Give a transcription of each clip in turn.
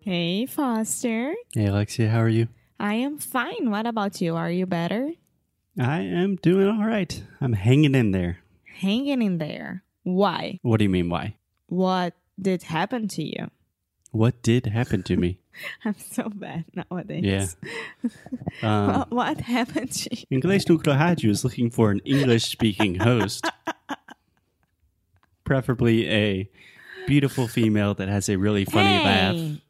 Hey, Foster. Hey, Alexia, how are you? I am fine. What about you? Are you better? I am doing all right. I'm hanging in there. Hanging in there. Why? What do you mean, why? What did happen to you? What did happen to me? I'm so bad nowadays. Yeah. Um, What, what happened to you? Inglês Nuclear Rádio is looking for an English speaking host, preferably a beautiful female that has a really funny laugh. Hey.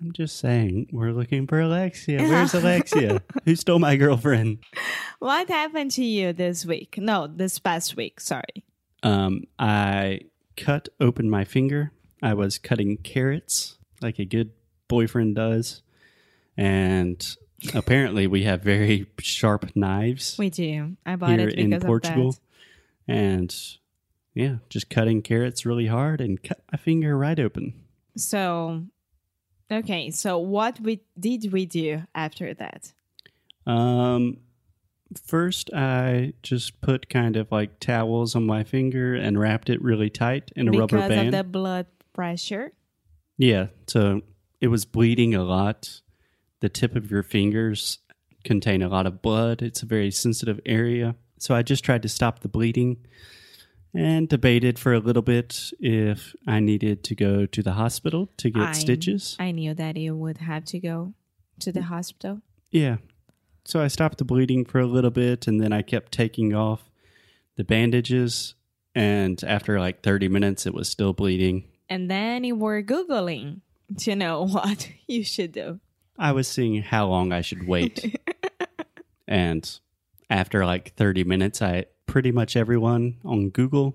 I'm just saying, we're looking for Alexia. Where's Alexia? Who stole my girlfriend? What happened to you this week? No, this past week. Sorry. Um, I cut open my finger. I was cutting carrots like a good boyfriend does. And apparently, we have very sharp knives We do. I bought here it because in Portugal. of And yeah, just cutting carrots really hard and cut my finger right open. that. So, okay. So, what we did we do after that? Um, first, I just put kind of like towels on my finger and wrapped it really tight in a because rubber band. of the blood pressure. Yeah, so it was bleeding a lot. The tip of your fingers contain a lot of blood. It's a very sensitive area. So I just tried to stop the bleeding and debated for a little bit if I needed to go to the hospital to get I- stitches. I knew that you would have to go to the hospital. yeah. So I stopped the bleeding for a little bit and then I kept taking off the bandages and after like 30 minutes it was still bleeding. And then you were Googling to know what you should do. I was seeing how long I should wait. and after like 30 minutes, I pretty much everyone on Google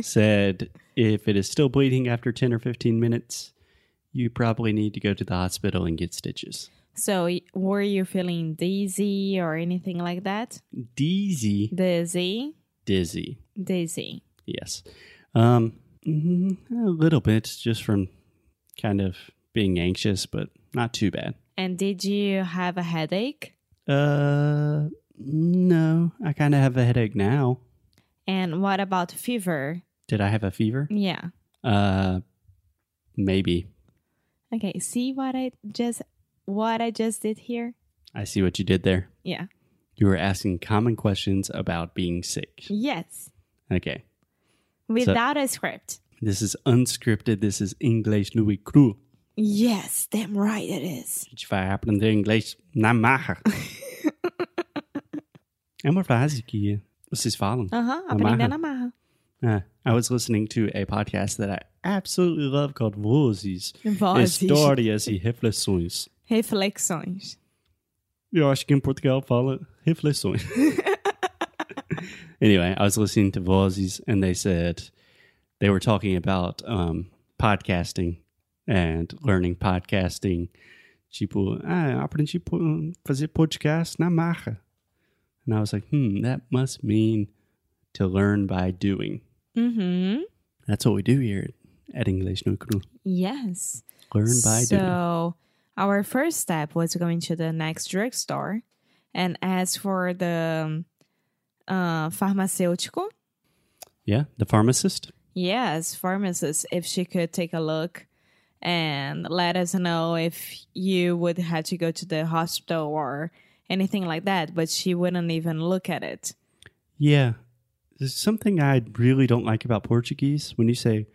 said if it is still bleeding after 10 or 15 minutes, you probably need to go to the hospital and get stitches. So, y- were you feeling dizzy or anything like that? Dizzy, Dizzy? dizzy. Dizzy. Yes. Um, mhm, a little bit just from kind of being anxious, but not too bad. And did you have a headache? Uh, no, I kind of have a headache now. And what about fever? Did I have a fever? Yeah. Uh, maybe. Okay, see what I just what I just did here? I see what you did there. Yeah. You were asking common questions about being sick. Yes. Okay. Without a script. This is unscripted. This is English Louis Cru. Yes, damn right it is. Iets waar happened in English. Na mager. É uma frase que vocês falam. Uh-huh. Aprendendo a amarra. Uh, I was listening to a podcast that I absolutely love called Vozes. Vozes. Histórias e reflexões. Reflexões. Eu acho que em Portugal fala reflexões. anyway, I was listening to Vozes and they said they were talking about um, podcasting and learning podcasting. Tipo, ah, aprendi po- fazer podcast na marra. And I was like, hmm, that must mean to learn by doing. Mm-hmm. That's what we do here at English No Crew. Yes. Learn by doing. So our first step was going to the next drugstore and ask for the uh, pharmaceutical. Yeah, the pharmacist. Yes, pharmacist, if she could take a look and let us know if you would have to go to the hospital or anything like that, but she wouldn't even look at it. Yeah. There's something I really don't like about Portuguese. When you say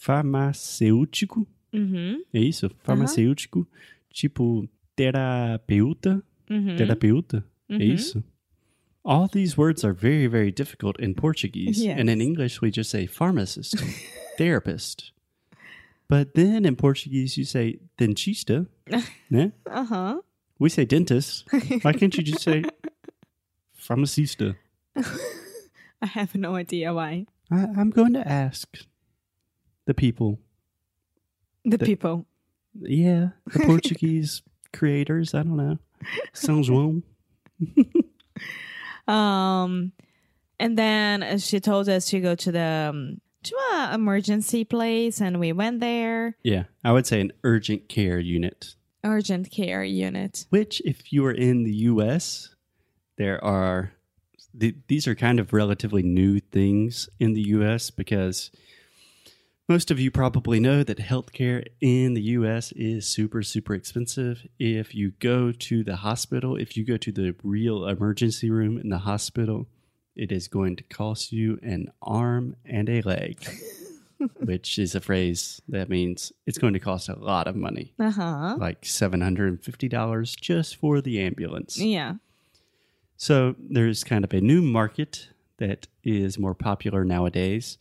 farmacêutico, Mm-hmm. é isso? Farmacêutico, tipo terapeuta, Mm-hmm. terapeuta, é Mhm. isso? All these words are very, very difficult in Portuguese. Yes. And in English, we just say pharmacist, therapist. But then in Portuguese, you say dentista, né? Uh-huh. We say dentist. Why can't you just say pharmacista? I have no idea why. I, I'm going to ask the people. The people. Yeah, the Portuguese creators. I don't know. São João. Um, and then uh, she told us to go to the um, to a emergency place, and we went there. Yeah, I would say an urgent care unit. Urgent care unit. Which, if you are in the U.S., there are th- these are kind of relatively new things in the U.S. because Most of you probably know that healthcare in the US is super, super expensive. If you go to the hospital, if you go to the real emergency room in the hospital, it is going to cost you an arm and a leg, which is a phrase that means it's going to cost a lot of money, Uh huh. like $750 just for the ambulance. Yeah. So there's kind of a new market that is more popular nowadays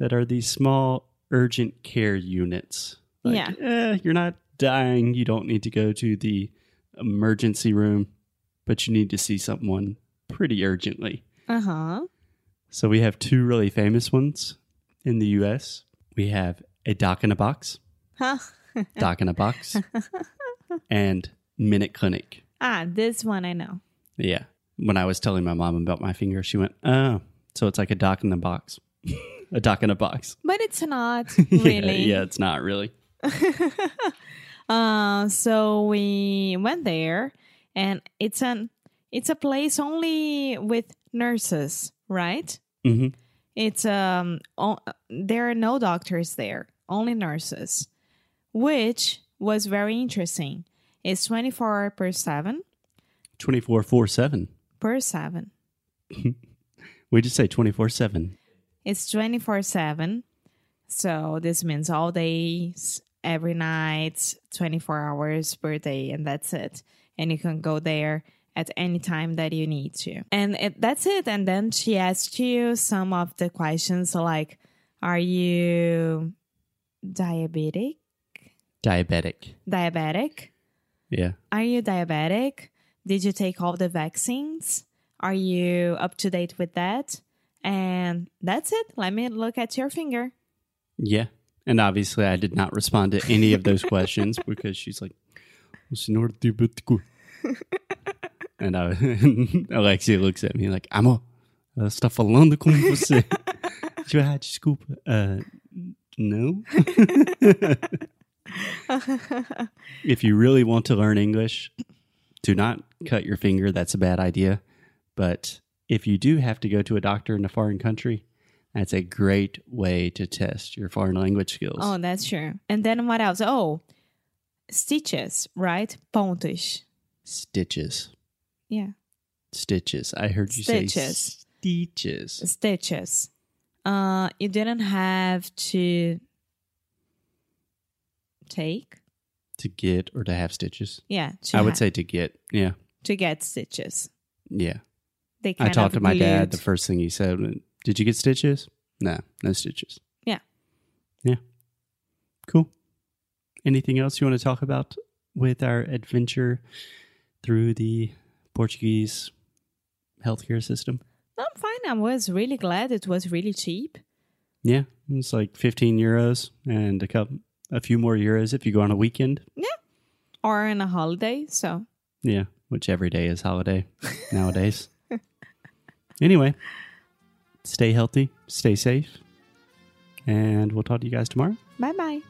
that are these small urgent care units. Yeah. "Eh, you're not dying. You don't need to go to the emergency room, but you need to see someone pretty urgently. Uh huh. So we have two really famous ones in the US. We have a doc in a box, Huh. doc in a box, and Minute Clinic. ah, this one I know. Yeah. When I was telling my mom about my finger, she went, "Oh, so it's like a dock in the box, a dock in a box." But it's not Yeah, really. yeah, it's not really. uh, so we went there, and it's an it's a place only with nurses, right? hmm It's um o- there are no doctors there, only nurses, which was very interesting. It's twenty four per seven Twenty four four seven. per seven. We just say twenty four seven. It's 24 7. So this means all days, every night, 24 hours per day, and that's it. And you can go there at any time that you need to. And it, that's it. And then she asked you some of the questions like, Are you diabetic? Diabetic. Diabetic? Yeah. Are you diabetic? Did you take all the vaccines? Are you up to date with that? And that's it. Let me look at your finger. Yeah. And obviously, I did not respond to any of those questions because she's like, "Well, senor diabetico." and I, Alexia looks at me like, "Amor, eu estou falando com você." She went, "Ah, Desculpa. Uh, no. if you really want to learn English, do not cut your finger. That's a bad idea. But if you do have to go to a doctor in a foreign country, that's a great way to test your foreign language skills. oh, that's true. And then what else? Oh, stitches, right? Pontos. Stitches. Yeah, Stitches. I heard you Stitches. say stitches. stitches. Uh, you didn't have to take. To get or to have stitches. Yeah, to I ha- would say to get. Yeah. to get stitches. Yeah. They I kind talked of to my dad. glued- The first thing he said, was, "Did you get stitches?" No, no stitches. Yeah. Yeah. Cool. Anything else you want to talk about with our adventure through the Portuguese healthcare system? I'm fine. I was really glad it was really cheap. Yeah, it's like 15 euros and a couple, a few more euros if you go on a weekend. or on a holiday. So Yeah, which every day is holiday nowadays. anyway, stay healthy, stay safe, and we'll talk to you guys tomorrow. bye bye.